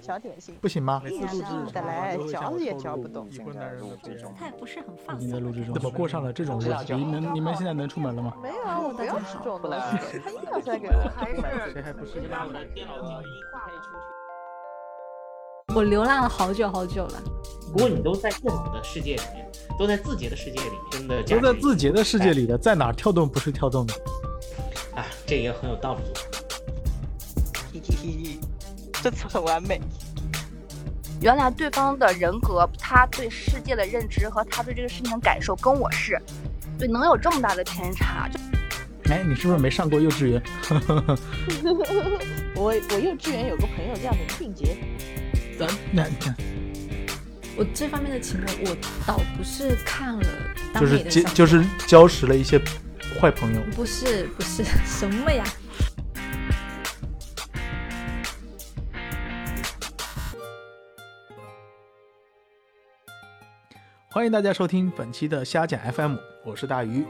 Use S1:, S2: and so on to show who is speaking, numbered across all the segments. S1: 小点心，
S2: 不行吗？
S3: 每次录制
S1: 本来嚼也嚼不动
S3: 已婚男人的这种。
S4: 态不是很
S5: 我
S4: 放
S5: 今天
S4: 松
S5: 录
S4: 的
S5: 这种
S4: 感觉。
S5: 怎么过上了这种日子？你们你们现在能出门了吗？
S1: 没有啊，我不要吃这种东西，他硬要塞给我，
S6: 还是
S3: 谁还不是
S6: 你把我的电脑静音挂了。
S4: 我流浪了好久好久了，
S6: 如果你都在自己的世界里面，都在字节的世界里，真的
S5: 都在
S6: 自
S5: 字节的世界里的，在哪儿跳动不是跳动的？
S6: 啊，这也很有道理。
S1: 嘿嘿嘿，这次很完美。
S7: 原来对方的人格，他对世界的认知和他对这个事情的感受跟我是，对，能有这么大的偏差，就
S5: 哎，你是不是没上过幼稚园？
S1: 我我幼稚园有个朋友叫林俊杰，
S5: 咱 那你看，
S4: 我这方面的情况，我倒不是看了耽
S2: 就是
S4: 美的
S2: 结
S4: 小
S2: 就是结识了一些坏朋友。
S4: 不是不是什么呀？
S5: 欢迎大家收听本期的虾讲 FM，我是大鱼。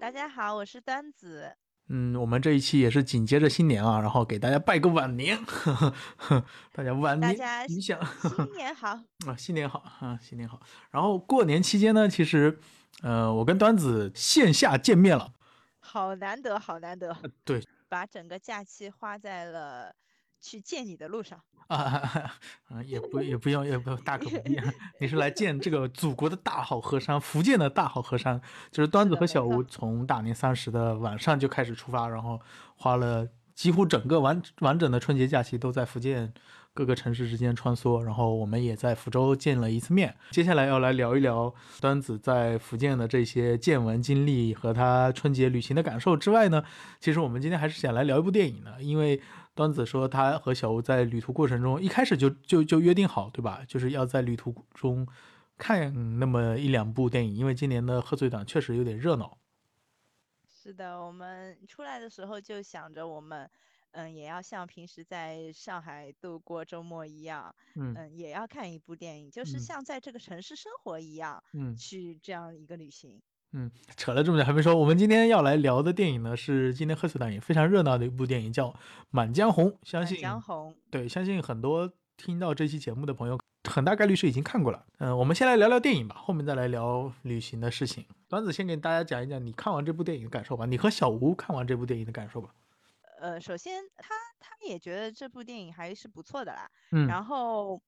S8: 大家好，我是端子。
S5: 嗯，我们这一期也是紧接着新年啊，然后给大家拜个晚年， 大家晚
S8: 大
S5: 年
S8: 家
S5: 你想
S8: 新年好，
S5: 啊，新年好啊，新年好。然后过年期间呢，其实呃，我跟端子线下见面了，
S8: 好难得，好难得，
S1: 呃
S5: 对
S8: 把整个假期花在了去见你的路上。
S5: 啊啊啊，也不也不用也不用大可不 必，啊你是来见这个祖国的大好河山，福建的大好河山。就是端
S8: 是
S5: 子
S8: 的
S5: 和
S8: 没
S5: 小吴从大年三十的晚上就开始出发，然后花了几乎整个完完整的春节假期都在福建各个城市之间穿梭，然后我们也在福州见了一次面。接下来要来聊一聊端子在福建的这些见闻经历和他春节旅行的感受之外呢，其实我们今天还是想来聊一部电影的，因为端子说他和小吴在旅途过程中一开始就就就约定好，对吧？就是要在旅途中看那么一两部电影，因为今年的贺岁档确实有点热闹。
S8: 是的，我们出来的时候就想着我们，嗯，也要像平时在上海度过周末一样，
S5: 嗯
S8: 嗯，也要看一部电影，就是
S5: 嗯
S8: 像在这个城市生活一样，
S5: 嗯，
S8: 去这样一个旅行。
S5: 扯了这么久还没说，我们今天要来聊的电影呢是今年贺岁档也非常热闹的一部电影，叫《满江红》，相
S8: 满
S5: 信
S8: 江呃红，
S5: 对，相信很多听到这期节目的朋友，很大概率是已经看过了。嗯、我们先来聊聊电影吧，后面再来聊旅行的事情。端子先给大家讲一讲你看完这部电影的感受吧，你和小吴看完这部电影的感受吧。
S8: 呃，首先他他也觉得这部电影还是不错的啦，
S5: 嗯
S8: 然后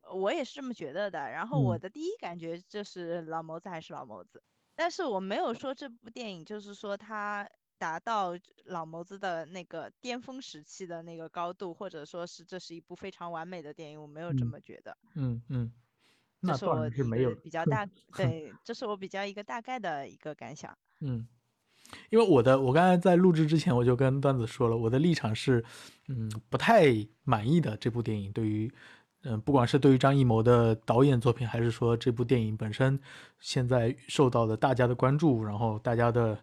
S8: 呃我也是这么觉得的。然后我
S5: 嗯
S8: 的第一感觉就是老谋子还是老谋子，但是我没有说这部电影就是说它达到老谋子的那个巅峰时期的那个高度，或者说是这是一部非常完美的电影，我没有这
S5: 嗯
S8: 么觉得。
S5: 嗯嗯，
S8: 这
S5: 那
S8: 是
S5: 当
S8: 我
S5: 然
S8: 的
S5: 是
S8: 一
S5: 没有
S8: 个比较大，对，这是我比较一个大概的一个感想。
S5: 嗯，因为我的我刚才在录制之前我就跟段子说了，我的立场是，嗯，不太满意的这部电影对于，嗯，不管是对于张艺谋的导演作品，还是说这部电影本身现在受到的大家的关注，然后大家的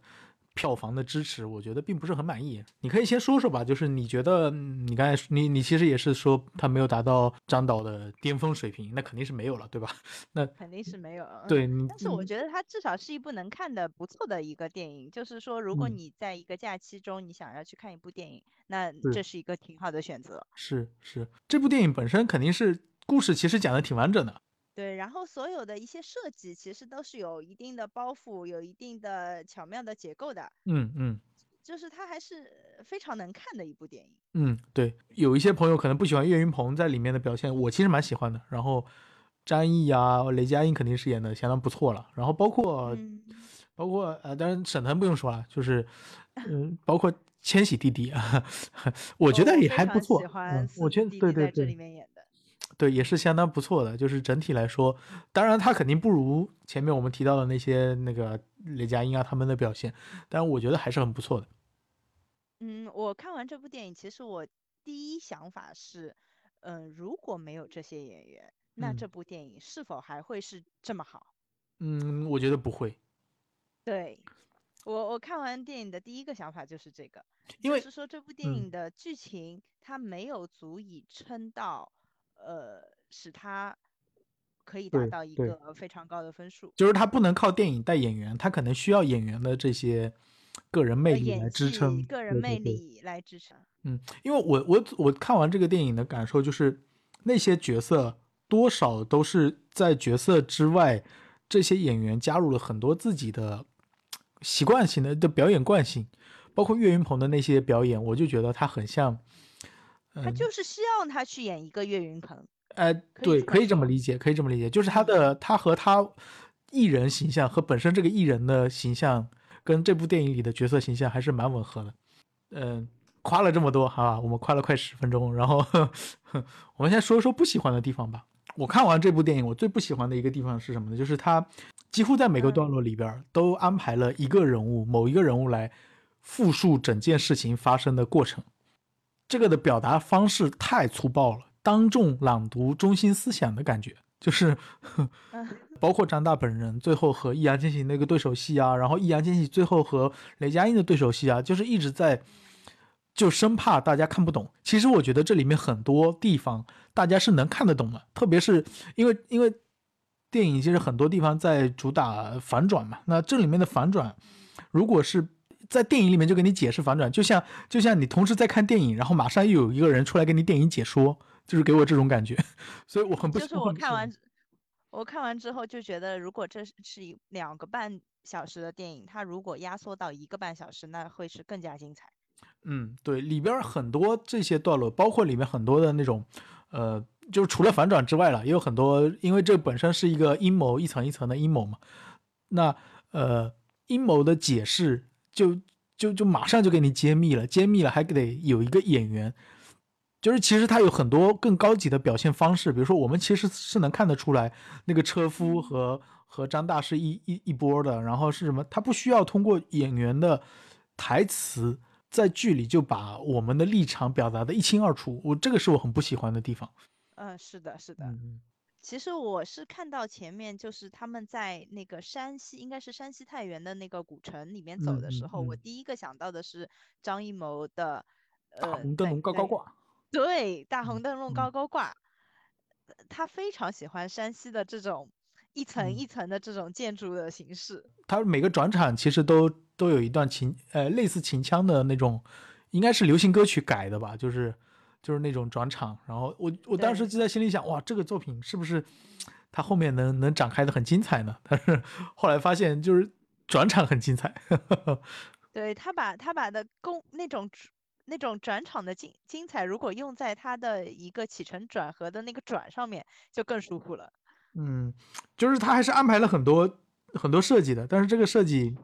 S5: 票房的支持，我觉得并不是很满意。你可以先说说吧，就是你觉得嗯你刚才你你其实也是说他没有达到张导的巅峰水平，那肯定是没有了，对吧？
S8: 肯定是 没有。嗯
S5: 对你，
S8: 但是我
S5: 嗯
S8: 觉得它至少是一部能看的不错的一个电影，就是说，如果
S5: 嗯
S8: 你在一个假期中，你想要去看一部电影，那
S5: 是
S8: 这是一个挺好的选择。
S5: 是是，这部电影本身肯定是故事，其实讲的挺完整的。
S8: 对，然后所有的一些设计其实都是有一定的包袱，有一定的巧妙的结构的，
S5: 嗯嗯
S8: 就是它还是非常能看的一部电影。
S5: 嗯，对，有一些朋友可能不喜欢岳云鹏在里面的表现，我其实蛮喜欢的。然后张译啊、雷佳音肯定是演的相当不错了。然后包括、
S8: 嗯，
S5: 包括呃，当然沈腾不用说了，就是嗯，包括千玺弟弟 啊，我觉
S8: 哦
S5: 得也
S8: 非
S5: 还不
S8: 常
S5: 错
S8: 喜。欢
S5: 嗯，
S8: 四
S5: 我觉得
S8: 弟
S5: 对
S8: 弟
S5: 对
S8: 在这里
S5: 对
S8: 面演的。
S5: 对，也是相当不错的。就是整体来说，当然他肯定不如前面我们提到的那些那个雷佳音啊他们的表现，但是我觉得还是很不错的。
S8: 嗯，我看完这部电影，其实我第一想法是，嗯、如果没有这些演员，那
S5: 嗯
S8: 这部电影是否还会是这么好？
S5: 嗯，我觉得不会，
S8: 对，我我看完电影的第一个想法就是这个，
S5: 因
S8: 就
S5: 为
S8: 是说这部电
S5: 嗯
S8: 影的剧情它没有足以撑到，呃，使它可以达
S5: 对
S8: 到一
S5: 对
S8: 个非常高的分数。
S5: 就是他不能靠电影带演员，他可能需要演员的这些个人魅
S8: 呃
S5: 力
S8: 演
S5: 来支
S8: 技
S5: 撑
S8: 个
S5: 对
S8: 人
S5: 对
S8: 魅
S5: 对
S8: 力来支撑。
S5: 嗯，因为我我我看完这个电影的感受就是，那些角色多少都是在角色之外，这些演员加入了很多自己的习惯性的的表演惯性，包括岳云鹏的那些表演，我就觉得他很像，嗯、
S8: 他就是希望他去演一个岳云鹏。
S5: 哎，
S8: 以
S5: 对，
S8: 这
S5: 可
S8: 么
S5: 以这么
S8: 说嗯
S5: 理解，可以这么理解，就是他的他和他艺人形象和本身这个艺人的形象跟这部电影里的角色形象还是蛮吻合的。嗯，夸了这么多哈、我们夸了快十分钟，然后 我们先说一说不喜欢的地方吧。我看完这部电影，我最不喜欢的一个地方是什么呢？就是他几乎在
S8: 嗯
S5: 每个段落里边儿都安排了一个人物，某一个人物来复述整件事情发生的过程。这个的表达方式太粗暴了，当众朗读中心思想的感觉，就是哼
S8: 嗯
S5: 包括张大本人最后和易烊千玺那个对手戏啊，然后易烊千玺最后和雷佳音的对手戏啊，就是一直在就生怕大家看不懂。其实我觉得这里面很多地方大家是能看得懂的，特别是因为因为电影其实很多地方在主打反转嘛，那这里面的反转如果是在电影里面就给你解释反转，就像就像你同时在看电影，然后马上又有一个人出来给你电影解说，就是给我这种感觉， 所以我很不
S8: 就是
S5: 喜欢
S8: 我
S5: 这
S8: 看
S5: 种
S8: 完之，我看完之后就觉得，如果这是是一两个半小时的电影，它如果压缩到一个半小时，那会是更加精彩。
S5: 嗯，对，里边儿很多这些段落，包括里面很多的那种，呃，就是除了反转之外了，也有很多，因为这本身是一个阴谋，一层一层的阴谋嘛。那呃，阴谋的解释就就就马上就给你揭秘了，揭秘了还得有一个演员，就是其实他有很多更高级的表现方式，比如说我们其实是能看得出来，那个车
S8: 嗯
S5: 夫和和张大是一一一波的，然后是什么？他不需要通过演员的台词在剧里就把我们的立场表达的一清二楚，我这个是我很不喜欢的地方。
S8: 嗯，是的，是的。
S5: 嗯，
S8: 其实我是看到前面就是他们在那个山西，应该是山西太原的那个古城里面走
S5: 嗯
S8: 的
S5: 嗯
S8: 时候，我
S5: 嗯
S8: 第一个想到的是张艺谋的
S5: 大
S8: 呃
S5: 红灯
S8: 在
S5: 笼高高
S8: 在
S5: 挂，
S8: 对，大红
S5: 嗯
S8: 灯笼
S5: 嗯
S8: 高高挂，呃他非常喜欢山西的这种一层
S5: 嗯
S8: 一层的这种建筑的形式。
S5: 它每个转场其实都都有一段秦呃类似秦腔的那种，应该是流行歌曲改的吧，就是就是那种转场。然后我我当时
S8: 对
S5: 就在心里想，哇，这个作品是不是它后面能能展开的很精彩呢？但是后来发现就是转场很精彩。
S8: 对，他把他把的工那种转那种转场的精精彩，如果用在他的一个起承转合的那个转上面，就更舒服了。
S5: 嗯，就是他还是安排了很多很多设计的，但是这个设计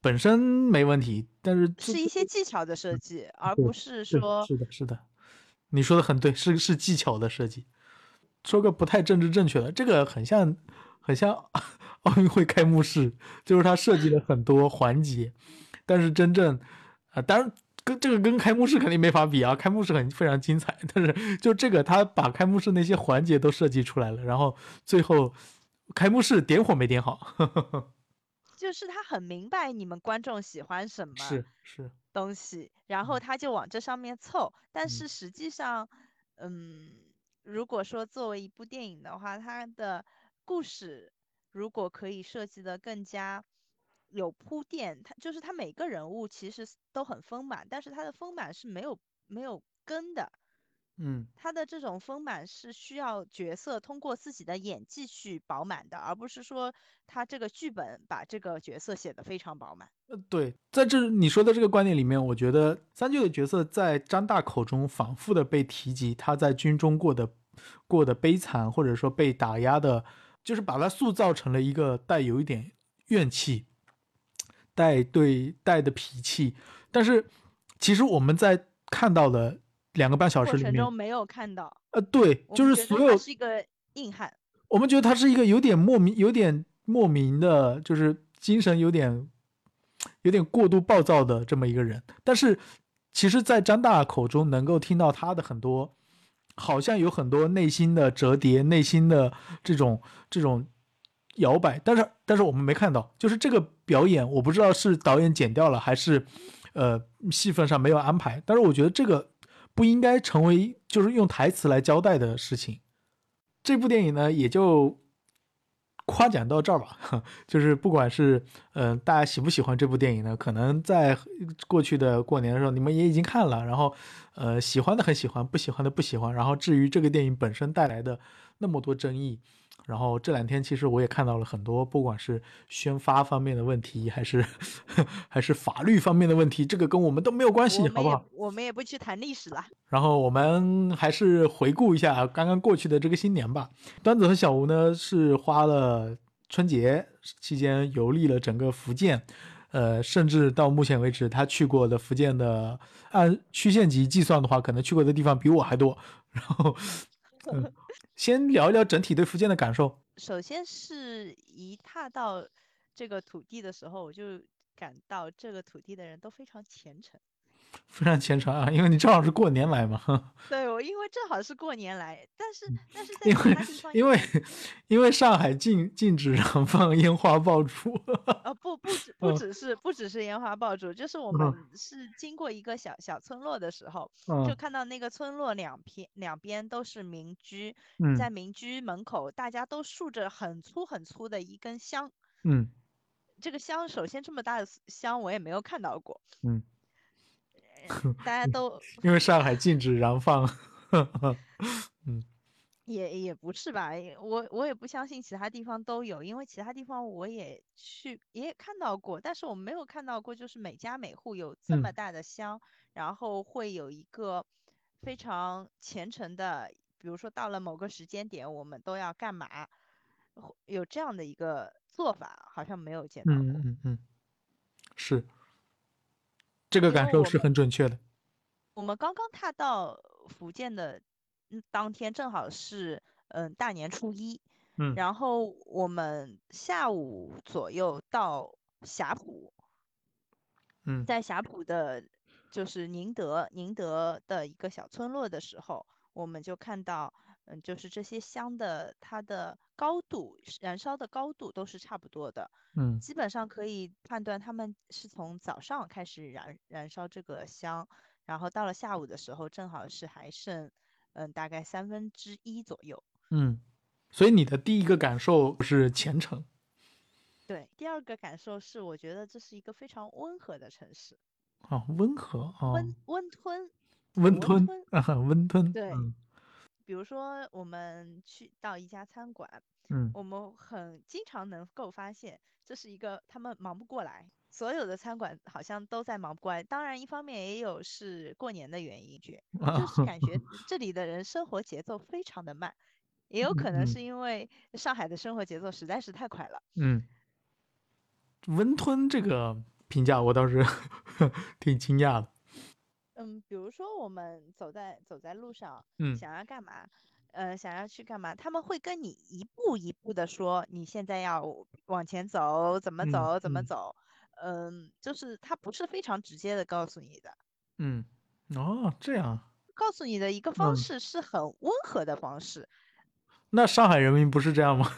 S5: 本身没问题，但是这
S8: 是一些技巧的设计，而
S5: 对
S8: 不是
S5: 是
S8: 说
S5: 是的，是的，你说的很对，是是技巧的设计。说个不太政治正确的，这个很像很像 奥运会开幕式，就是它设计了很多环节，但是真正啊、呃当然跟这个跟开幕式肯定没法比啊，开幕式很非常精彩，但是就这个他把开幕式那些环节都设计出来了，然后最后开幕式点火没点好，
S8: 就是他很明白你们观众喜欢什么
S5: 是是，
S8: 东西，然后他就往这上面凑。但是实际上，嗯，如果说作为一部电影的话，它的故事如果可以设计的更加有铺垫，它就是它每个人物其实是都很丰满，但是它的丰满是没有没有根的，
S5: 嗯
S8: 他的这种丰满是需要角色通过自己的演技去饱满的，而不是说他这个剧本把这个角色写得非常饱满。
S5: 呃，对，在这你说的这个观点里面，我觉得三舅的角色在张大口中反复的被提及，他在军中过的过的悲惨，或者说被打压的，就是把他塑造成了一个带有一点怨气，带对带的脾气。但是其实我们在看到的两个半小
S8: 过
S5: 时里
S8: 程
S5: 面
S8: 中，没有看到，
S5: 呃，对，
S8: 我
S5: 就
S8: 们
S5: 是
S8: 觉得
S5: 所
S8: 他
S5: 有
S8: 是一个硬汉，
S5: 我们觉得他是一个有点莫名、有点莫名的，就是精神有点、有点过度暴躁的这么一个人。但是，其实，在张大口中能够听到他的很多，好像有很多内心的折叠、内心的这种、这种摇摆。但是，但是我们没看到，就是这个表演，我不知道是导演剪掉了，还是呃戏份上没有安排。但是，我觉得这个不应该成为就是用台词来交代的事情。这部电影呢，也就夸奖到这儿吧， 就是不管是呃大家喜不喜欢这部电影呢，可能在过去的过年的时候你们也已经看了，然后呃喜欢的很喜欢，不喜欢的不喜欢，然后至于这个电影本身带来的那么多争议，然后这两天其实我也看到了很多，不管是宣发方面的问题，还是 还是法律方面的问题，这个跟我们都没有关系，
S8: 我
S5: 好
S8: 们
S5: 不
S8: 也
S5: 好？
S8: 我们也不去谈历史了。
S5: 然后我们还是回顾一下刚刚过去的这个新年吧。端子和小吴呢是花了春节期间游历了整个福建，呃，甚至到目前为止，他去过的福建的按区县级计算的话，可能去过的地方比我还多。然后，嗯，先聊一聊整体对福建的感受。
S8: 首先是一踏到这个土地的时候，我就感到这个土地的人都非常虔诚。
S5: 非常虔诚啊，因为你正好是过年来嘛。呵呵
S8: 对我，因为正好是过年来，但是但是在
S5: 嗯因
S8: 其
S5: 为
S8: 他地方也
S5: 因为因为上海禁禁止燃放烟花爆竹。
S8: 呃不不止不
S5: 嗯
S8: 只是不只是烟花爆竹，就是我
S5: 嗯
S8: 们是经过一个小小村落的时候，就
S5: 嗯
S8: 看到那个村落两边两边都是民居，
S5: 嗯
S8: 在民居门口大家都竖着很粗很粗的一根香，
S5: 嗯
S8: 这个香首先这么大的香我也没有看到过，
S5: 嗯
S8: 呃，大 家都
S5: 因为上海禁止燃放。
S8: 也也不是吧，也我我也不相信其他地方都有，因为其他地方我也去也看到过，但是我没有看到过，就是每家每户有这
S5: 嗯
S8: 么大的香，然后会有一个非常虔诚的，比如说到了某个时间点，我们都要干嘛，或有这样的一个做法，好像没有见到过。
S5: 嗯嗯嗯，是，这个
S8: 因
S5: 感
S8: 为
S5: 受
S8: 我
S5: 是
S8: 们
S5: 很准确的。
S8: 我们刚刚踏到福建的嗯当天，正好是嗯大年初一，
S5: 嗯
S8: 然后我们下午左右到霞浦，
S5: 嗯
S8: 在霞浦的，就是宁德宁德的一个小村落的时候，我们就看到，嗯，就是这些香的它的高度，燃烧的高度都是差不多的，
S5: 嗯
S8: 基本上可以判断他们是从早上开始燃燃烧这个香，然后到了下午的时候，正好是还剩，嗯，大概三分之一左右。
S5: 嗯，所以你的第一个感受是虔诚。
S8: 对，第二个感受是，我觉得这是一个非常温和的城市，
S5: 啊，温和啊，
S8: 温温吞。
S5: 温
S8: 温
S5: 吞
S8: 吞
S5: 啊，温吞，
S8: 对
S5: 嗯
S8: 比如说，我们去到一家餐馆，
S5: 嗯
S8: 我们很经常能够发现，这是一个他们忙不过来，所有的餐馆好像都在忙不过来。当然，一方面也有是过年的原因， 去
S5: 啊
S8: 就是感觉这里的人生活节奏非常的慢，也有可
S5: 嗯
S8: 能是因为上海的生活节奏实在是太快了。
S5: 嗯，温吞这个评价我倒是 挺惊讶的。
S8: 嗯，比如说我们走在走在路上，
S5: 嗯
S8: 想要干嘛，呃，想要去干嘛，他们会跟你一步一步的说，你现在要往前走，怎么
S5: 嗯
S8: 走，怎么
S5: 嗯
S8: 走，嗯，就是他不是非常直接的告诉你的，
S5: 嗯，哦，这样。
S8: 告诉你的一个方
S5: 嗯
S8: 式是很温和的方式，
S5: 那上海人民不是这样吗？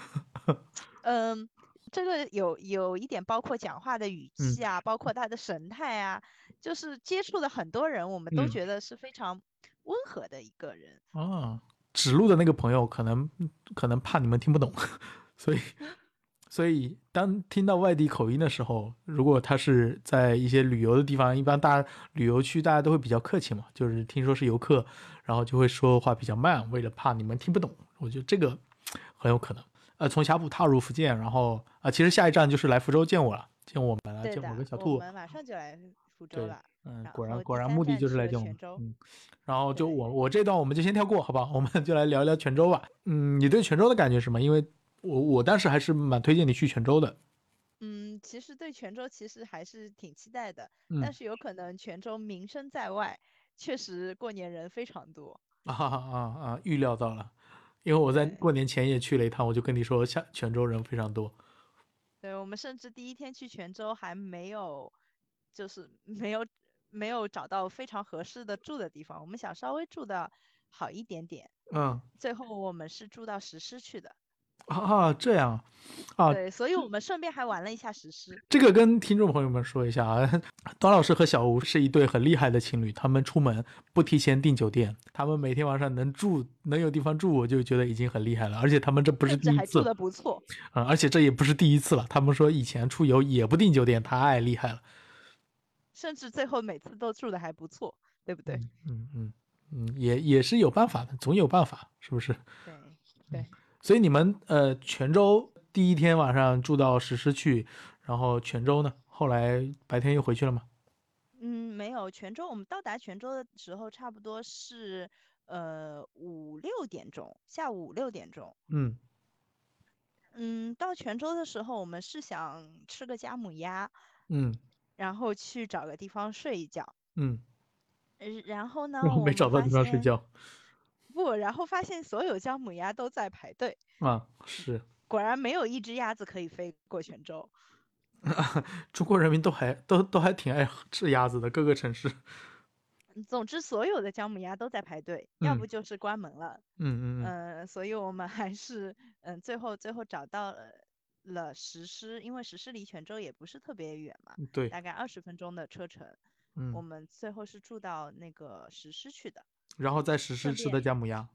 S8: 嗯，这个有有一点包括讲话的语
S5: 嗯
S8: 气啊，包括他的神态啊，就是接触的很多人，我们都
S5: 嗯
S8: 觉得是非常温和的一个人。
S5: 啊，指路的那个朋友可能可能怕你们听不懂， 所以所以当听到外地口音的时候，如果他是在一些旅游的地方，一般大家旅游区大家都会比较客气嘛，就是听说是游客，然后就会说话比较慢，为了怕你们听不懂，我觉得这个很有可能。呃，从峡谷踏入福建，然后啊、其实下一站就是来福州见我了，见我们了，
S8: 对
S5: 见
S8: 的
S5: 我跟，小
S8: 我
S5: 兔。
S8: 们马上就来福州
S5: 对
S8: 了。
S5: 嗯，
S8: 然
S5: 果然
S8: 后
S5: 果
S8: 第
S5: 然
S8: 三
S5: 目的
S8: 站
S5: 就是是来
S8: 了
S5: 见我
S8: 泉
S5: 们
S8: 州
S5: 嗯，然后就
S8: 对
S5: 我我这段我们就先跳过，好吧？我们 就来聊聊泉州吧。嗯，你对泉州的感觉是什么？因为我我当时还是蛮推荐你去泉州的。
S8: 嗯，其实对泉州其实还是挺期待的，
S5: 嗯
S8: 但是有可能泉州名声在外，确实过年人非常多。
S5: 啊啊啊啊！预料到了，因为我在
S8: 对
S5: 过年前也去了一趟，我就跟你说，下泉州人非常多。
S8: 对，我们甚至第一天去泉州还没有，就是没有没有找到非常合适的住的地方，我们想稍微住的好一点点，
S5: 嗯，
S8: 最后我们是住到石狮去的。
S5: 啊，这样啊，
S8: 对，所以我们顺便还玩了一下实施。
S5: 这个跟听众朋友们说一下啊， 段老师和小吴是一对很厉害的情侣，他们出门不提前订酒店，他们每天晚上能住能有地方住，我就觉得已经很厉害了。而且他们这不是
S8: 甚
S5: 第
S8: 至
S5: 一
S8: 还
S5: 次
S8: 住
S5: 了
S8: 的不错，
S5: 啊、而且这也不是第一次了。他们说以前出游也不订酒店，太厉害了。
S8: 甚至最后每次都住的还不错，对不对？
S5: 嗯嗯嗯，也也是有办法的，总有办法，是不是？
S8: 对，
S5: 所以你们呃，泉州第一天晚上住到石狮去，然后泉州呢，后来白天又回去了吗？
S8: 嗯，没有，泉州我们到达泉州的时候差不多是呃五六点钟，下午五六点钟。
S5: 嗯
S8: 嗯，到泉州的时候，我们是想吃个姜母鸭，
S5: 嗯
S8: 然后去找个地方睡一觉。
S5: 嗯，
S8: 呃然后呢，
S5: 我 没
S8: 们
S5: 找到
S8: 发
S5: 地方睡
S8: 现。
S5: 觉
S8: 不，然后发现所有姜母鸭都在排队，
S5: 啊，是
S8: 果然没有一只鸭子可以飞过泉州。
S5: 中国人民都还都都还挺爱吃鸭子的，各个城市，
S8: 嗯总之，所有的姜母鸭都在排队，要不
S5: 嗯
S8: 就是关门了。
S5: 嗯嗯嗯
S8: 嗯、呃，所以我们还是嗯、最后最后找到了了石狮，因为石狮离泉州也不是特别远嘛，
S5: 嗯，对，
S8: 大概二十分钟的车程。我
S5: 嗯，
S8: 们最后是住到那个石狮去的。
S5: 然后在石狮
S8: 顺
S5: 吃的
S8: 便
S5: 姜母鸭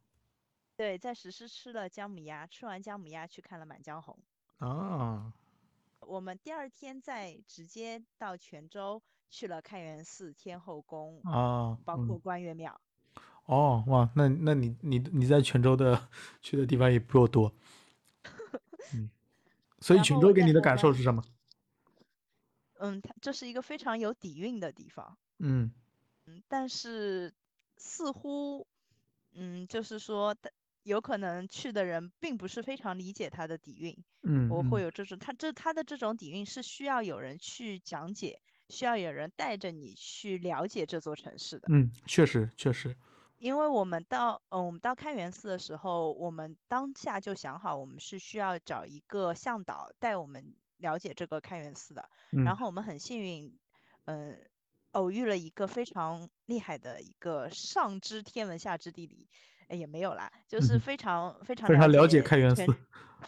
S8: 对，在石狮吃了姜母鸭，吃完姜母鸭去看了《满江红》。
S5: 啊，
S8: 我们第二天再直接到泉州去了开元寺、天后宫，
S5: 啊
S8: 包
S5: 嗯
S8: 括关岳庙。
S5: 哦哇，那那你你你在泉州的去的地方也比 我多，嗯，所以
S8: 然
S5: 泉
S8: 后
S5: 州
S8: 我
S5: 给
S8: 在
S5: 你的
S8: 我
S5: 感受
S8: 在
S5: 是什么？
S8: 嗯，它这是一个非常有底蕴的地方，
S5: 嗯
S8: 嗯，但是似乎，嗯，就是说它，有可能去的人并不是非常理解它的底蕴。
S5: 嗯，
S8: 我
S5: 嗯
S8: 会有这种，它这它的这种底蕴是需要有人去讲解，需要有人带着你去了解这座城市的。
S5: 嗯，确实确实，
S8: 因为我们到，嗯、我们到开元寺的时候，我们当下就想好，我们是需要找一个向导带我们了解这个开元寺的。
S5: 嗯
S8: 然后我们很幸运，嗯、偶遇了一个非常厉害的一个上知天文下知地理，哎也没有啦，就
S5: 嗯
S8: 是
S5: 哼
S8: 非常非常
S5: 非常了
S8: 了
S5: 解开元
S8: 全
S5: 寺，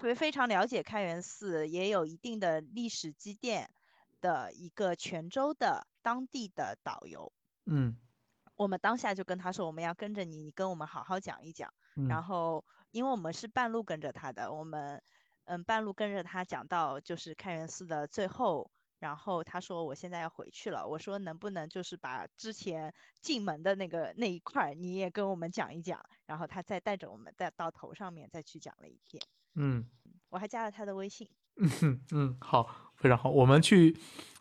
S8: 非非常了解开元寺，也有一定的历史积淀的一个泉州的当地的导游。
S5: 嗯
S8: 我们当下就跟他说，我们要跟着你，你跟我们好好讲一讲。
S5: 嗯
S8: 然后，因为我们是半路跟着他的，我们嗯半路跟着他讲到就是开元寺的最后，然后他说我现在要回去了，我说能不能就是把之前进门的那个那一块儿你也跟我们讲一讲，然后他再带着我们带到头上面再去讲了一遍。
S5: 嗯。
S8: 我还加了他的微信，
S5: 嗯嗯，好，非常好。我们去，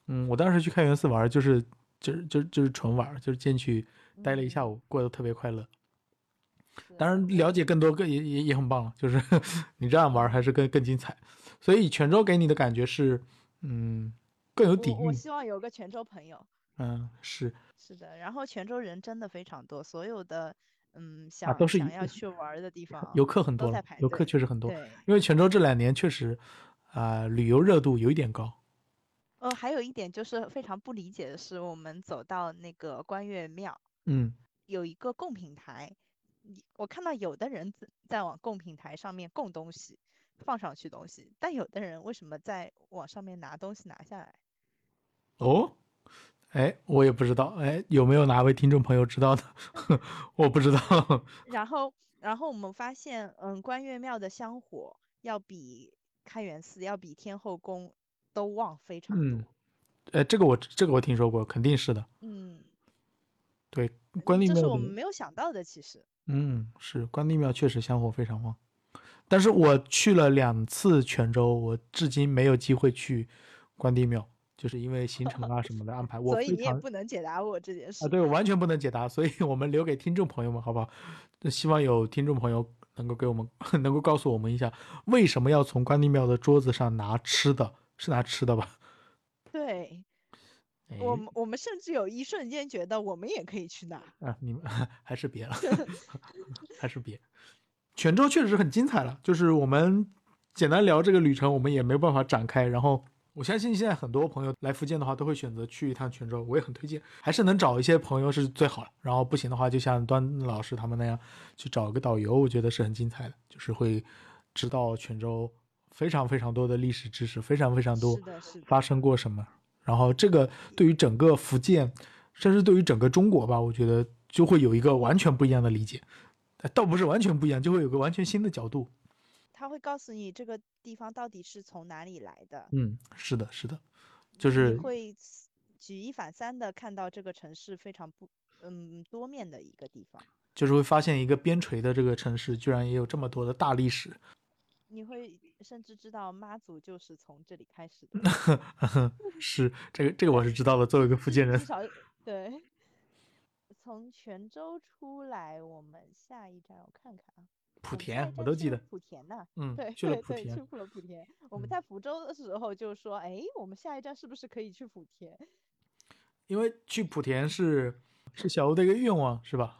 S5: 嗯，我当时去开元寺玩儿，就是就是就是就是纯玩儿，就是进去
S8: 嗯
S5: 待了一下午，过得特别快乐。当然，了解更多个也也也很棒了，就是 你这样玩儿还是更更精彩。所以泉州给你的感觉是，嗯，更有底
S8: 我我
S5: 蕴。
S8: 希望有个泉州朋友。
S5: 嗯，是
S8: 是的，然后泉州人真的非常多，所有的嗯
S5: 啊，
S8: 想
S5: 都是
S8: 想
S5: 一
S8: 要去玩儿的地方，
S5: 游客很
S8: 啊都
S5: 多
S8: 在
S5: 了
S8: 排，
S5: 游客
S8: 队
S5: 确实很多，
S8: 对，
S5: 因为泉州这两年确实啊、旅游热度有一点高。
S8: 呃，还有一点就是非常不理解的是，我们走到那个关岳庙
S5: 嗯
S8: 有一个供品台，你我看到有的人在在往供品台上面供东西，放上去东西，但有的人为什么在往上面拿东西拿下来？
S5: 哦，哎，我也不知道，哎，有没有哪位听众朋友知道的？ 我不知道。
S8: 然后，然后我们发现，嗯，关岳庙的香火要比开元寺要比天后宫都旺非常多
S5: 嗯，，呃，这个我这个我听说过，肯定是的。
S8: 嗯，
S5: 对，关帝
S8: 这
S5: 庙
S8: 是
S5: 的，
S8: 我们没有想到的，其实，
S5: 嗯，是关帝庙确实香火非常旺。但是我去了两次泉州，我至今没有机会去关帝庙，就是因为行程啊什么的安排，我
S8: 所
S5: 非
S8: 以你也
S5: 常
S8: 不能解答我这件
S5: 啊，
S8: 事。
S5: 对，我完全不能解答，所以我们留给听众朋友们，好不好？那希望有听众朋友能够给我们， 能够告诉我们一下，为什么要从关帝庙的桌子上拿吃的？是拿吃的吧？
S8: 对，
S5: 哎
S8: 我们我们甚至有一瞬间觉得我们也可以去那儿。
S5: 啊，你们 还是别了， 还是别。泉州确实很精彩了，就是我们简单聊这个旅程，我们也没有办法展开。然后我相信现在很多朋友来福建的话，都会选择去一趟泉州，我也很推荐，还是能找一些朋友是最好的。然后不行的话，就像端老师他们那样去找个导游，我觉得是很精彩的，就是会知道泉州非常非常多的历史知识，非常非常多
S8: 是的，是的，
S5: 发生过什么。然后这个对于整个福建，甚至对于整个中国吧，我觉得就会有一个完全不一样的理解，呃倒不是完全不一样，就会有个完全新的角度。
S8: 他会告诉你这个地方到底是从哪里来的，
S5: 嗯，是的，是的，就
S8: 你
S5: 嗯是
S8: 会 s- 举一反三的看到这个城市非常不嗯多面的一个地方，
S5: 就是会发现一个边陲的这个城市，居然也有这么多的大历史。
S8: 你会甚至知道妈祖就是从这里开始的，
S5: 是这个，这个我是知道的。作为一个 福建人
S8: 至，少对。从泉州出来，我们下一站我看看啊，我
S5: 莆
S8: 们下
S5: 田
S8: 一站
S5: 我都
S8: 去
S5: 记
S8: 了
S5: 得，
S8: 莆田呐、
S5: 嗯
S8: 对，
S5: 去了
S8: 对
S5: 莆
S8: 对
S5: 田
S8: 去，了莆田。我们
S5: 嗯
S8: 在福州的时候就说，哎，我们下一站是不是可以去莆田？
S5: 因为去莆田是是小欧的一个愿望，是吧？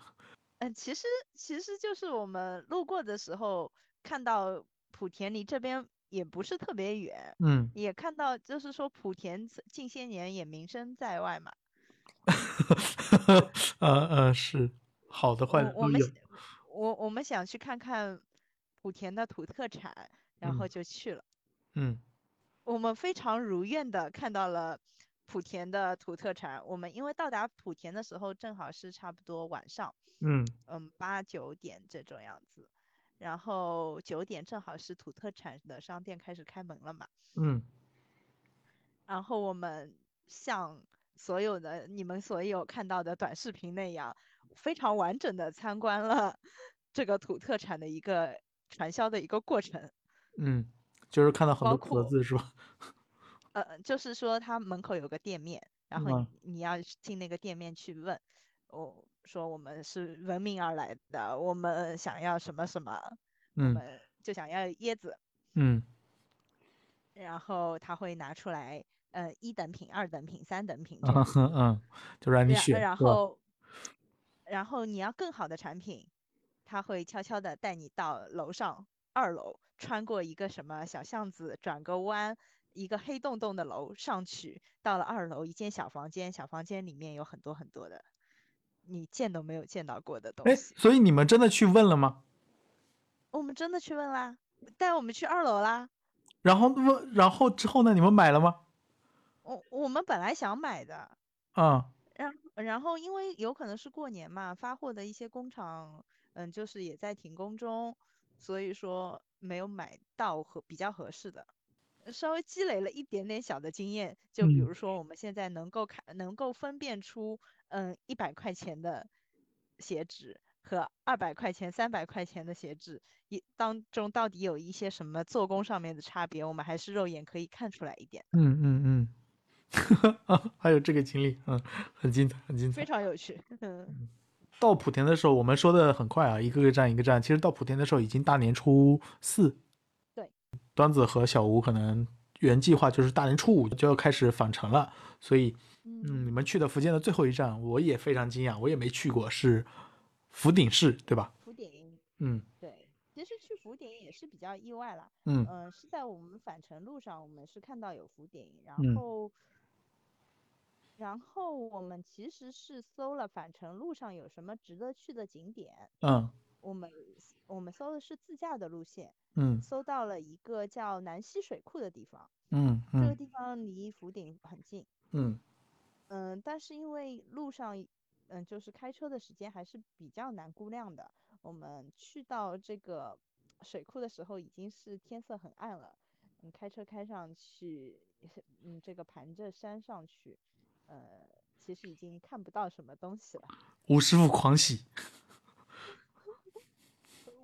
S8: 嗯，其实其实就是我们路过的时候看到莆田离这边也不是特别远，
S5: 嗯，
S8: 也看到就是说莆田自近些年也名声在外嘛。
S5: 呃呃，是好的坏的
S8: 嗯我我
S5: 都
S8: 们
S5: 有
S8: 想。我我们想去看看莆田的土特产，然
S5: 嗯
S8: 后就去了。
S5: 嗯，
S8: 我们非常如愿的看到了莆田的土特产。我们因为到达莆田的时候正好是差不多晚上，
S5: 嗯
S8: 嗯，八九点这种样子。然后九点正好是土特产的商店开始开门了嘛。
S5: 嗯
S8: 然后我们像所有的你们所有看到的短视频那样，非常完整的参观了 这个土特产的一个传销的一个过程。
S5: 嗯，就是看到很多
S8: 包
S5: 壳
S8: 括
S5: 子，是吧？
S8: 呃，就是说他门口有个店面，然后
S5: 嗯
S8: 你要去进那个店面去问，我、说我们是闻名而来的，我们想要什么什么，我
S5: 嗯
S8: 们就想要椰子，
S5: 嗯
S8: 然后他会拿出来，呃，一等品、二等品、三等品这
S5: 嗯
S8: 样子，
S5: 嗯，就让你
S8: 然
S5: 选，
S8: 啊然
S5: 是吧
S8: 后然后你要更好的产品，他会悄悄的带你到楼上二楼，穿过一个什么小巷子，转个弯，一个黑洞洞的楼上去，到了二楼一间小房间，小房间里面有很多很多的你见都没有见到过的东
S5: 哎，
S8: 西。
S5: 所以你们真的去问了吗？
S8: 我们真的去问啦，带我们去二楼啦。
S5: 然后问，然后之后呢？你们买了吗？
S8: 我我们本来想买的，
S5: 啊，
S8: 然然后，因为有可能是过年嘛，发货的一些工厂，嗯，就是也在停工中，所以说没有买到合比较合适的，呃稍微积累了一点点小的经验，就比
S5: 嗯
S8: 如说我们现在能够看，能够分辨出，嗯，一百块钱的鞋纸和二百块钱、三百块钱的鞋纸，一当中到底有一些什么做工上面的差别，我们还是肉眼可以看出来一点，
S5: 嗯嗯嗯， 啊还有这个经历，嗯，很精彩，很精彩
S8: 非。常有趣， 嗯。
S5: 到莆田的时候，我们说的很快啊，一个个站一个站。其实到莆田的时候已经大年初四。
S8: 对，
S5: 端子和小吴可能原计划就是大年初五就要开始返程了，所以，嗯，你们去的福建的最后一站，我也非常惊讶，我也没去过，是福鼎市，对吧？
S8: 福鼎，
S5: 嗯
S8: 对，其实去福鼎也是比较意外啦。
S5: 嗯
S8: 嗯、是在我们返程路上，我们是看到有福鼎，然
S5: 嗯
S8: 后，然后我们其实是搜了返程路上有什么值得去的景点，
S5: 嗯
S8: 我们我们搜的是自驾的路线，
S5: 嗯
S8: 搜到了一个叫南溪水库的地方，
S5: 嗯
S8: 这个
S5: 嗯
S8: 地方离福鼎很近。
S5: 嗯
S8: 嗯，但是因为路上，嗯，就是开车的时间还是比较难估量的。我们去到这个水库的时候，已经是天色很暗了。嗯，开车开上去，嗯，这个盘着山上去，呃，其实已经看不到什么东西了。
S5: 吴师傅狂喜，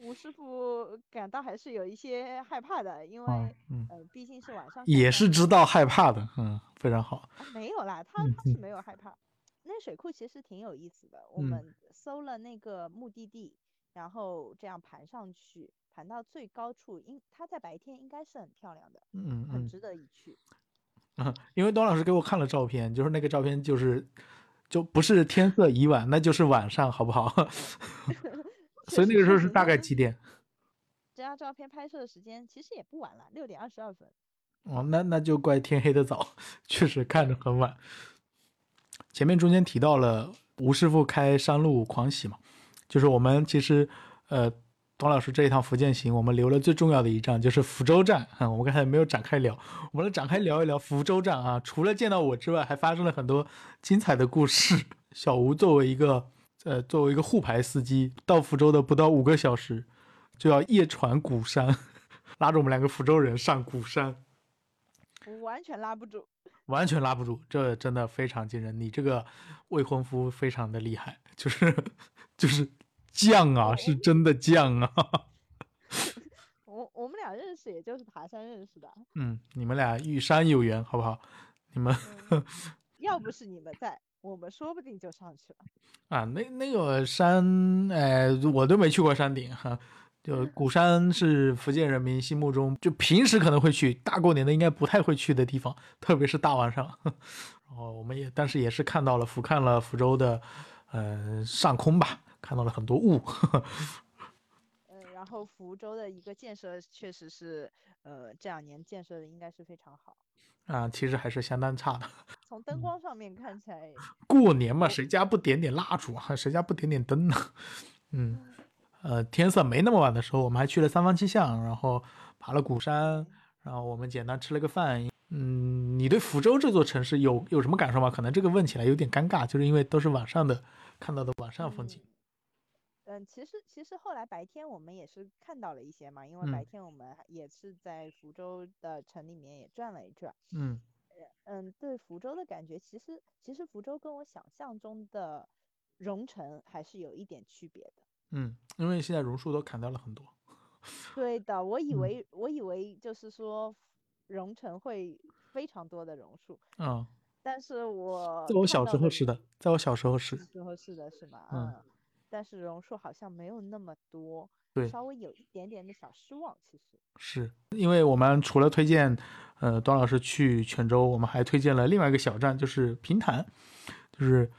S8: 吴师傅感到还是有一些害怕的，因
S5: 嗯
S8: 为，
S5: 嗯，
S8: 呃，毕竟是晚上开
S5: 也
S8: 山
S5: 是知道害怕的，嗯，非常好，
S8: 啊，没有啦，他
S5: 嗯
S8: 他是
S5: 嗯
S8: 没有害怕。那水库其实挺有意思的，我
S5: 嗯
S8: 们搜了那个目的地，然后这样盘上去，盘到最高处，应它在白天应该是很漂亮的，
S5: 嗯
S8: 很
S5: 嗯。
S8: 值得一去。
S5: 啊，因为段老师给我看了照片，就是那个照片，就是就不是天色已晚，那就是晚上，好不好？
S8: 确
S5: 所以那
S8: 实
S5: 个时候
S8: 确
S5: 是
S8: 实
S5: 大概
S8: 那
S5: 几点？
S8: 这张照片拍摄的时间其实也不晚了，六点二十二分。
S5: 哦，那那就怪天黑的早，确实看着很晚。前面中间提到了吴师傅开山路狂喜嘛，就是我们其实呃董老师这一趟福建行，我们留了最重要的一站，就是福州站啊、我们刚才没有展开聊，我们来展开聊一聊福州站啊。除了见到我之外，还发生了很多精彩的故事。小吴作为一个呃，作为一个沪牌司机，到福州的不到五个小时，就要夜传鼓山，拉着我们两个福州人上鼓山。
S8: 我完全拉不住。
S5: 完全拉不住，这真的非常惊人。你这个未婚夫非常的厉害，就是就是犟啊，是真的犟啊。
S8: 我我们俩认识也就是爬山认识的，
S5: 嗯，你们俩遇山有缘，好不好？你们
S8: 要不是你们在，我们说不定就上去了。
S5: 啊，那那个山，哎，我都没去过山顶哈。就鼓山是福建人民心目中，就平时可能会去，大过年的应该不太会去的地方，特别是大晚上。 然后我们也，但是也是看到了俯瞰了福州的，呃，上空吧，看到了很多雾。
S8: 嗯，然后福州的一个建设确实是，呃，这两年建设的应该是非常好。
S5: 啊，其实还是相当差的。
S8: 从
S5: 嗯
S8: 灯光上面看起来，
S5: 过年嘛，谁家不点点蜡烛啊？谁家不点点灯呢？嗯，呃，天色没那么晚的时候，我们还去了三坊七巷，然后爬了鼓山，然后我们简单吃了个饭。嗯，你对福州这座城市有有什么感受吗？可能这个问起来有点尴尬，就是因为都是晚上的看到的晚上风景。
S8: 嗯，其实其实后来白天我们也是看到了一些嘛，因为
S5: 嗯
S8: 白天我们还也是在福州的城里面也转了一转。
S5: 嗯
S8: 嗯，对福州的感觉，其实其实福州跟我想象中的蓉城还是有一点区别的。
S5: 嗯，因为现在榕树都砍掉了很多。
S8: 对的，我以
S5: 嗯
S8: 为我以为就是说蓉城会非常多的榕树，
S5: 嗯，
S8: 但是我
S5: 在我
S8: 看
S5: 小
S8: 到
S5: 时
S8: 的
S5: 候是
S8: 榕
S5: 的，在我小时候是。
S8: 时候是的，是吗？
S5: 嗯，
S8: 但是榕树好像没有那么多，
S5: 对
S8: 稍微有一点点的小失望。其实，
S5: 是因为我们除了推荐，呃，段老师去泉州，我们还推荐了另外一个小站，就是平潭，就是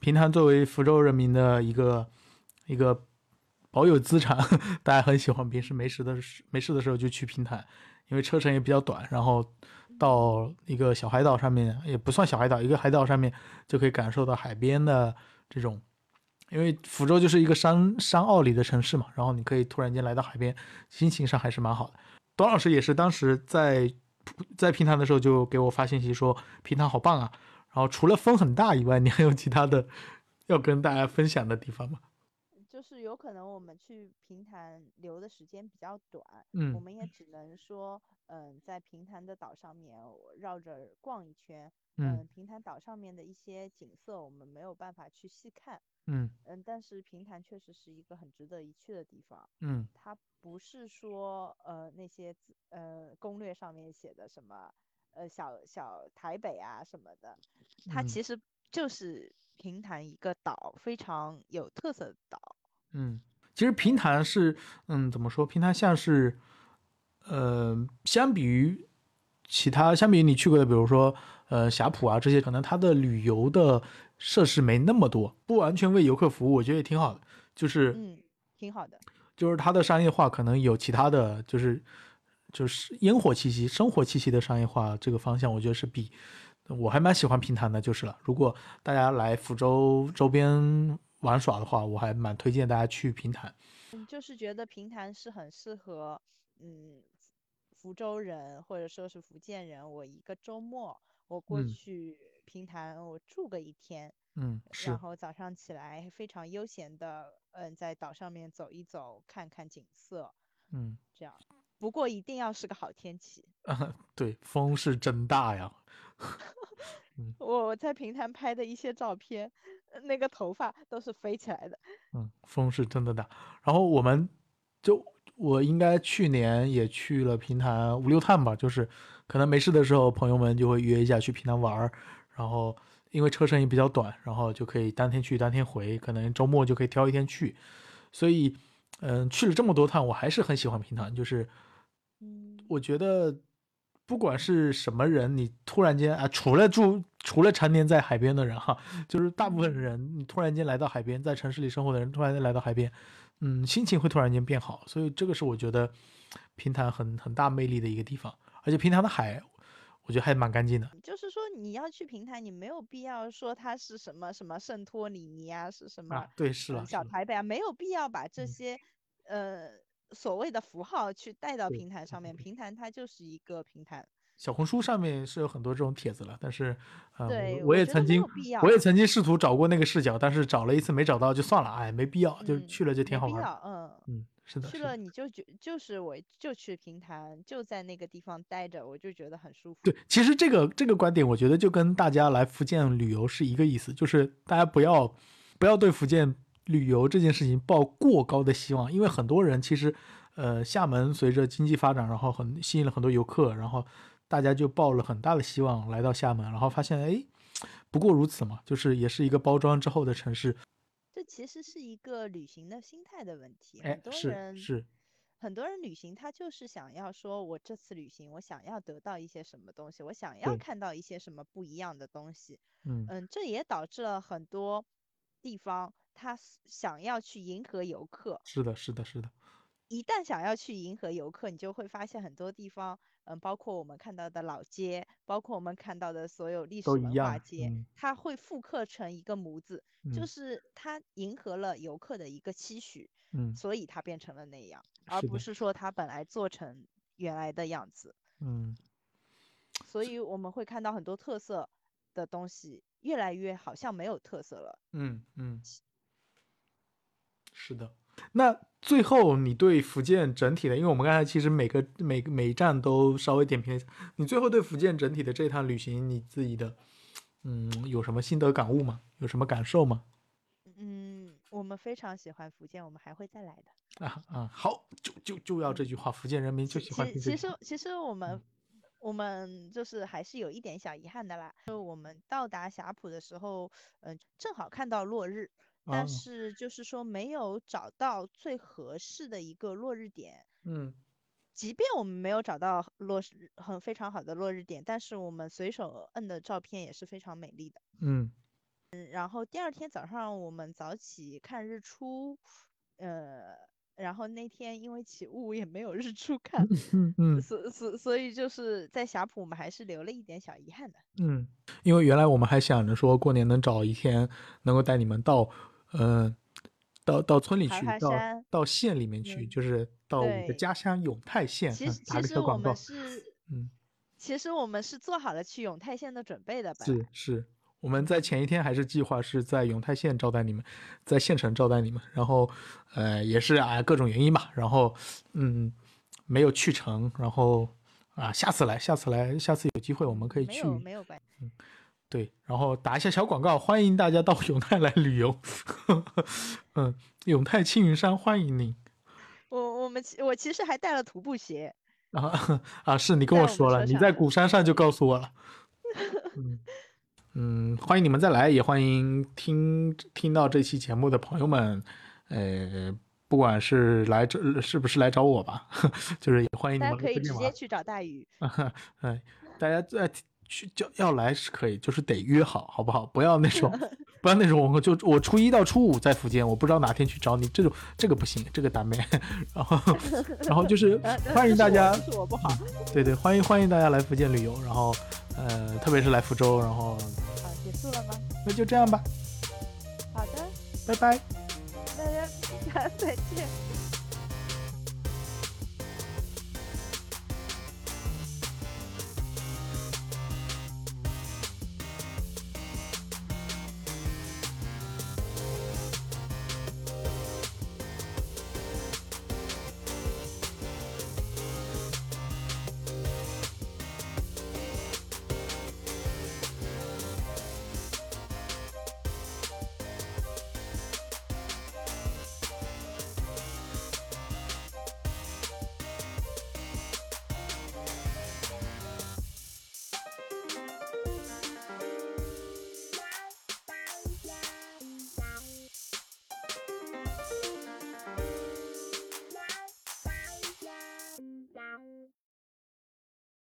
S5: 平潭作为福州人民的一个一个保有资产， 大家很喜欢，平时没事的时没事的时候就去平潭，因为车程也比较短，然后到一个小海岛上面，也不算小海岛，一个海岛上面就可以感受到海边的这种。因为福州就是一个山山坳里的城市嘛，然后你可以突然间来到海边，心情上还是蛮好的。董老师也是当时在在平潭的时候就给我发信息说平潭好棒啊。然后除了风很大以外，你还有其他的要跟大家分享的地方吗？
S8: 就是有可能我们去平潭留的时间比较短，我
S5: 嗯
S8: 们也只能说，嗯，在平潭的岛上面我绕着逛一圈，
S5: 嗯
S8: 平潭岛上面的一些景色我们没有办法去细看，
S5: 嗯
S8: 嗯，但是平潭确实是一个很值得一去的地方。
S5: 嗯
S8: 它不是说呃那些字呃攻略上面写的什么呃小小台北啊什么的，它
S5: 嗯
S8: 其实就是平潭一个岛，非常有特色的岛。
S5: 嗯，其实平潭是嗯怎么说？平潭像是呃，相比于其他，相比于你去过的，比如说呃霞浦啊这些，可能它的旅游的设施没那么多，不完全为游客服务，我觉得也挺好的。就是
S8: 嗯，挺好的。
S5: 就是它的商业化可能有其他的，就是就是烟火气息、生活气息的商业化这个方向，我觉得是比我还蛮喜欢平潭的，就是了。如果大家来福州周边玩耍的话，我还蛮推荐大家去平潭。
S8: 嗯，就是觉得平潭是很适合嗯福州人或者说是福建人，我一个周末我过
S5: 嗯
S8: 去平潭我住个一天，
S5: 嗯，是
S8: 然，后早上起来非常悠闲的，嗯，在岛上面走一走，看看景色，
S5: 嗯，
S8: 这样。不过一定要是个好天气。
S5: 对，风是真大呀。
S8: 我在平潭拍的一些照片，呃那个头发都是飞起来的。
S5: 嗯，风是真的大。然后我们就我应该去年也去了平潭五六趟吧，就是可能没事的时候，朋友们就会约一下去平潭玩儿。然后因为车程也比较短，然后就可以当天去当天回，可能周末就可以挑一天去。所以，嗯，去了这么多趟，我还是很喜欢平潭，就是
S8: 嗯，
S5: 我觉得不管是什么人，你突然间啊，除了住除了常年在海边的人哈，就是大部分人，你突然间来到海边，在城市里生活的人突然间来到海边，嗯，心情会突然间变好，所以这个是我觉得平潭很很大魅力的一个地方，而且平潭的海，我觉得还蛮干净的。
S8: 就是说你要去平潭，你没有必要说它是什么什么圣托里尼啊，是什么、
S5: 啊，对，是嗯
S8: 呃
S5: 了，是
S8: 小
S5: 了
S8: 台北啊，没有必要把这
S5: 嗯
S8: 些呃所谓的符号去带到
S5: 对
S8: 平台上面，平台它就是一个平台，
S5: 小红书上面是有很多这种帖子了，但是，呃，
S8: 对
S5: 我
S8: 我
S5: 也
S8: 觉得
S5: 曾
S8: 没
S5: 经
S8: 有必要，
S5: 我也曾经试图找过那个视角，但是找了一次没找到就算了，哎，没必要，就
S8: 嗯
S5: 去了就
S8: 没
S5: 挺好
S8: 必
S5: 玩
S8: 要
S5: 的。
S8: 嗯。
S5: 嗯，是的，
S8: 去
S5: 是的
S8: 了你就觉就是我就去平潭，就在那个地方待着，我就觉得很舒服。
S5: 对，其实这个这个观点，我觉得就跟大家来福建旅游是一个意思，就是大家不要不要对福建旅游这件事情抱过高的希望，因为很多人其实，呃，厦门随着经济发展，然后很吸引了很多游客，然后大家就抱了很大的希望来到厦门，然后发现哎，不过如此嘛，就是也是一个包装之后的城市，
S8: 这其实是一个旅行的心态的问题。
S5: 哎
S8: 很，多
S5: 是
S8: 人
S5: 是，
S8: 很多人旅行，他就是想要说，我这次旅行，我想要得到一些什么东西，我想要
S5: 对
S8: 看到一些什么不一样的东西。
S5: 嗯，
S8: 嗯，这也导致了很多地方，他想要去迎合游客。
S5: 是的，是的，是的，
S8: 一旦想要去迎合游客，你就会发现很多地方，嗯，包括我们看到的老街，包括我们看到的所有历史
S5: 都一
S8: 文化
S5: 样，
S8: 街，
S5: 嗯
S8: 它会复刻成一个模子，就
S5: 嗯
S8: 是它迎合了游客的一个期许，
S5: 嗯
S8: 所以它变成了那样，而
S5: 是
S8: 不
S5: 的
S8: 是说它本来做成原来的样子。
S5: 嗯，
S8: 所以我们会看到很多特色的东西，越来越好像没有特色了。
S5: 嗯，嗯，是的。那最后，你对福建整体的，因为我们刚才其实每个每个每一站都稍微点评了一下，你最后对福建整体的这趟旅行，你自己的嗯有什么心得感悟吗？有什么感受吗？
S8: 嗯，我们非常喜欢福建，我们还会再来的。
S5: 啊啊，好，就就就要这句话，福建人民就
S8: 其
S5: 喜欢
S8: 其
S5: 听
S8: 其
S5: 这句
S8: 实
S5: 话哦嗯
S8: 其实我们我们就是还是有一点小遗憾的啦，就我们到达霞浦的时候，嗯、正好看到落日，
S5: 哦
S8: 但是就是说没有找到最合适的一个落日点。
S5: 嗯
S8: 即便我们没有找到落日很非常好的落日点，但是我们随手摁的照片也是非常美丽的。
S5: 嗯
S8: 然后第二天早上我们早起看日出，呃，然后那天因为起雾也没有日出 看，
S5: 嗯嗯
S8: 所所所以就是在霞浦我们还是留了一点小遗憾的。
S5: 嗯，因为原来我们还想着说过年能找一天能够带你们到，呃，到到村里
S8: 爬
S5: 去
S8: 爬，
S5: 到
S8: 山
S5: 到县里面去，
S8: 嗯
S5: 就是到我的
S8: 对
S5: 家乡永泰县，
S8: 其
S5: 嗯
S8: 实
S5: 打
S8: 其
S5: 个
S8: 实
S5: 小
S8: 我
S5: 广告
S8: 们，是，
S5: 嗯，
S8: 其实我们是做好了去永泰县的准备的吧？
S5: 是是，我们在前一天还是计划是在永泰县招待你们，在县城招待你们，然后呃也是啊、各种原因吧，然后嗯没有去成，然后啊下次来，下次来，下次有机会我们可以
S8: 没
S5: 去，
S8: 有没有关系，
S5: 对，然后打一下小广告，欢迎大家到永泰来旅游。 嗯，永泰青云山欢迎您
S8: 我我们其我其实还带了徒步鞋，
S5: 啊啊！是你跟
S8: 在
S5: 我
S8: 我们
S5: 说了，
S8: 车
S5: 你
S8: 上
S5: 在
S8: 的
S5: 鼓山上就告 诉我了。嗯嗯，欢迎你们再来，也欢迎听听到这期节目的朋友们，呃，不管是来这是不是来找我吧， 就是也欢迎你
S8: 大
S5: 们
S8: 家
S5: 来
S8: 可以
S5: 福建
S8: 直
S5: 玩
S8: 接去找大鱼。
S5: 哎，大家在去叫要来是可以，就是得约好，好不好？不要那种，不要那种，我就我初一到初五在福建，我不知道哪天去找你，这种这个不行，这个打没。然后，然后就是
S8: 呃呃
S5: 欢迎
S8: 这
S5: 大
S8: 是我
S5: 家，
S8: 这是我不好，
S5: 对对，欢迎欢迎大家来福建旅游，然后呃，特别是来福州，然后
S8: 啊，结束了吗？
S5: 那就这样吧，
S8: 好的，
S5: 拜拜。
S8: 大家再见。